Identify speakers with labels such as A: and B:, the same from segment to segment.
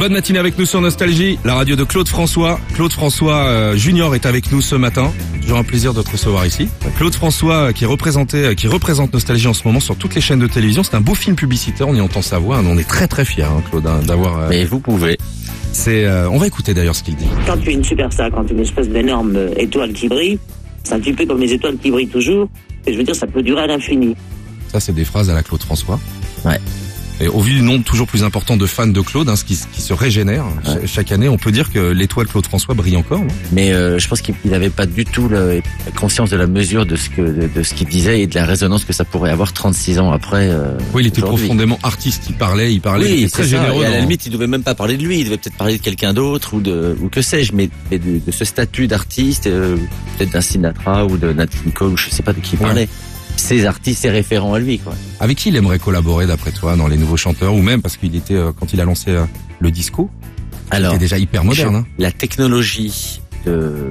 A: Bonne matinée avec nous sur Nostalgie, la radio de Claude François. Claude François euh, Junior est avec nous ce matin. Toujours un plaisir de te recevoir ici. Claude François euh, qui est représenté, euh, qui représente Nostalgie en ce moment sur toutes les chaînes de télévision. C'est un beau film publicitaire, on y entend sa voix. hein. On est très très fiers, hein, Claude, hein, d'avoir. euh,
B: Mais vous pouvez.
A: c'est, euh, on va écouter d'ailleurs ce qu'il dit.
C: quand tu es une superstar, quand tu es une espèce d'énorme euh, étoile qui brille, c'est un petit peu comme les étoiles qui brillent toujours. Et je veux dire, ça peut durer à l'infini.
A: Ça, c'est des phrases à la Claude François.
B: Ouais.
A: Et au vu du nombre toujours plus important de fans de Claude, hein, ce qui, qui se régénère
B: Ouais.
A: ch- chaque année, on peut dire que l'étoile Claude François brille encore. non
B: Mais euh, je pense qu'il n'avait pas du tout la la conscience de la mesure de ce que de, de ce qu'il disait et de la résonance que ça pourrait avoir 36 ans après. euh,
A: oui, il était
B: aujourd'hui.
A: profondément artiste, il parlait, il parlait, il
B: Ah Oui,
A: était
B: c'est
A: très
B: ça.
A: généreux.
B: Et à la
A: dans-
B: limite, il devait même pas parler de lui. Il devait peut-être parler de quelqu'un d'autre ou de ou que sais-je. Mais, mais de, de ce statut d'artiste, euh, peut-être d'un Sinatra ou de Nat King Cole, je sais pas de qui il
A: Ouais.
B: parlait. Ses artistes, ses référents à lui, quoi.
A: Avec qui il aimerait collaborer d'après toi dans les nouveaux chanteurs ou même parce qu'il était euh, quand il a lancé euh, le disco, il
B: Alors,
A: était déjà hyper moderne. Hein.
B: la technologie de,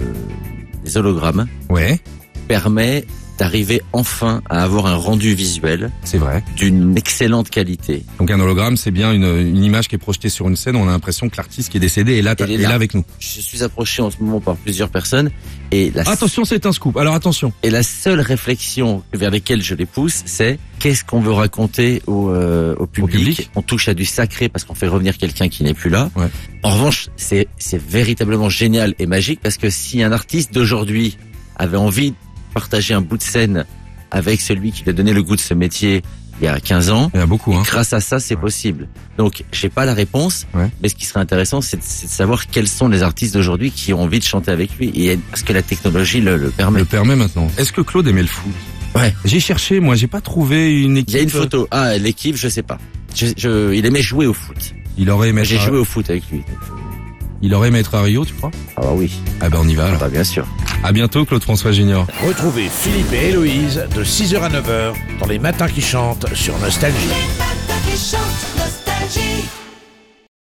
B: des hologrammes
A: hein. Ouais,
B: permet d'arriver enfin à avoir un rendu visuel
A: c'est vrai.
B: d'une excellente qualité.
A: Donc un hologramme, c'est bien une, une image qui est projetée sur une scène. On a l'impression que l'artiste qui est décédé est là,
B: Il est
A: est
B: là. Ah,
A: là avec nous.
B: Je suis approché en ce moment par plusieurs personnes et la,
A: Attention, c'est un scoop. Alors attention.
B: et la seule réflexion vers laquelle je les pousse, c'est qu'est-ce qu'on veut raconter au, euh, au public.
A: public.
B: On touche à du sacré parce qu'on fait revenir quelqu'un qui n'est plus là.
A: Ouais.
B: En revanche, c'est c'est véritablement génial et magique parce que si un artiste d'aujourd'hui avait envie de partager un bout de scène avec celui qui lui a donné le goût de ce métier il y a 15 ans,
A: Il y en a beaucoup. Hein.
B: Grâce à ça, c'est possible. Donc, j'ai pas la réponse,
A: Ouais.
B: mais ce qui serait intéressant, c'est de, c'est de savoir quels sont les artistes d'aujourd'hui qui ont envie de chanter avec lui, et parce que la technologie le, le permet.
A: Le permet maintenant. Est-ce que Claude aimait le foot
B: Ouais.
A: J'ai cherché, moi, j'ai pas trouvé une équipe. euh,
B: Il y a une photo. Ah, l'équipe, je sais pas. Je, je- il aimait jouer au foot.
A: Il aurait aimé.
B: J'ai
A: Être à...
B: joué au foot avec lui.
A: Il aurait aimé être à Rio, tu crois
B: Ah bah oui,
A: Ah ben on y va
B: ah
A: alors.
B: bah bien sûr.
A: À bientôt, Claude François Junior.
D: Retrouvez Philippe et Héloïse de 6h à 9h dans les matins qui chantent sur Nostalgie.
E: Les matins qui chantent.